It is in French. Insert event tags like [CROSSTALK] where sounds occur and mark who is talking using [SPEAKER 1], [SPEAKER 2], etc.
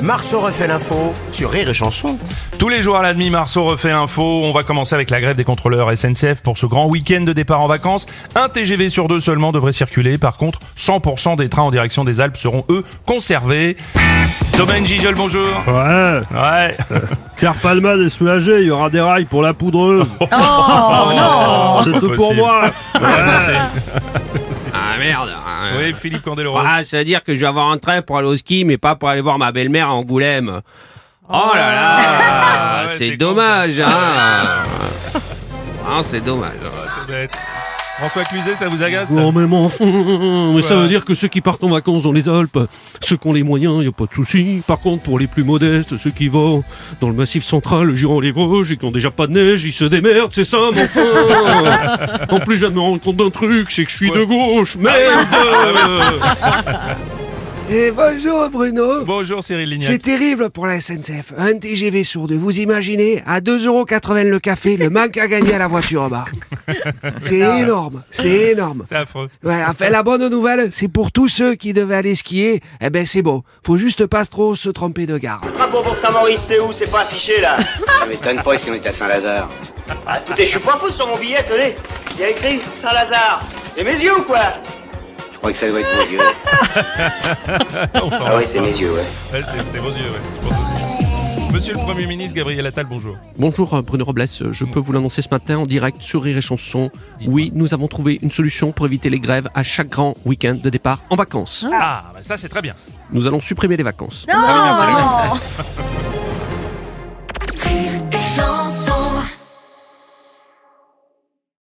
[SPEAKER 1] Marceau refait l'info sur Rire et Chanson.
[SPEAKER 2] Tous les jours à la demi, Marceau refait info. On va commencer avec la grève des contrôleurs SNCF pour ce grand week-end de départ en vacances. Un TGV sur deux seulement devrait circuler. Par contre, 100% des trains en direction des Alpes seront, eux, conservés. Domaine Gijol, bonjour.
[SPEAKER 3] Ouais,
[SPEAKER 2] Ouais.
[SPEAKER 3] Pierre Palmade est soulagé, il y aura des rails pour la
[SPEAKER 4] [LAUGHS]
[SPEAKER 3] poudreuse.
[SPEAKER 4] Oh,
[SPEAKER 3] C'est tout pour
[SPEAKER 2] Possible.
[SPEAKER 3] moi.
[SPEAKER 5] Ah merde ah,
[SPEAKER 2] Oui, Philippe Candeloro.
[SPEAKER 5] Ah, c'est-à-dire que je vais avoir un train pour aller au ski, mais pas pour aller voir ma belle-mère à Angoulême. Oh là là
[SPEAKER 2] Ah, ouais, c'est
[SPEAKER 5] C'est dommage,
[SPEAKER 2] [LAUGHS]
[SPEAKER 5] hein Ah, c'est dommage.
[SPEAKER 2] Bête. François Cluzet, ça vous agace ça
[SPEAKER 4] Oh mais mon fond, mais ça
[SPEAKER 2] Quoi
[SPEAKER 4] veut dire que ceux qui partent en vacances dans les Alpes, ceux qui ont les moyens, il a pas de souci. Par contre, pour les plus modestes, ceux qui vont dans le massif central, le Giron, les Vosges, et qui ont déjà pas de neige, ils se démerdent, c'est ça,
[SPEAKER 3] [LAUGHS]
[SPEAKER 4] mon fond En plus, je viens de me rendre compte d'un truc, c'est que je suis de gauche,
[SPEAKER 3] Ah,
[SPEAKER 2] Ah
[SPEAKER 4] merde
[SPEAKER 6] Et Eh, bonjour Bruno
[SPEAKER 2] Bonjour Cyril Lignac.
[SPEAKER 6] C'est terrible pour la SNCF. Un TGV sur deux. Vous imaginez, à 2,80€ le café, le manque à gagner à la voiture en bas. C'est
[SPEAKER 2] Ah.
[SPEAKER 6] énorme, c'est énorme.
[SPEAKER 2] C'est affreux.
[SPEAKER 6] Ouais, enfin, la bonne nouvelle, c'est pour tous ceux qui devaient aller skier, eh ben c'est beau. Faut juste pas trop se tromper de gare.
[SPEAKER 7] Drapeau pour Saint-Maurice, c'est où C'est pas affiché là
[SPEAKER 8] [LAUGHS] Ça m'étonne pas si on est à Saint-Lazare.
[SPEAKER 7] Ah, Écoutez, je suis pas fou sur mon billet, tenez Il y a écrit Saint-Lazare C'est mes yeux ou quoi
[SPEAKER 8] Je crois que ça doit être vos yeux.
[SPEAKER 2] Enfin,
[SPEAKER 8] Ah oui, c'est mes yeux, ouais.
[SPEAKER 2] ouais, c'est c'est vos yeux, ouais. Je pense aussi. Monsieur le Premier ministre Gabriel Attal, bonjour.
[SPEAKER 4] Bonjour euh, Bruno Robles, Euh, je peux vous l'annoncer ce matin en direct sur Rire et Chanson. Oui, nous avons trouvé une solution pour éviter les grèves à chaque grand week-end de départ en vacances.
[SPEAKER 2] Ah, bah ça c'est très bien.
[SPEAKER 4] Nous allons supprimer les vacances.
[SPEAKER 2] Ah oui, bien, c'est bien.
[SPEAKER 9] Rire et chanson.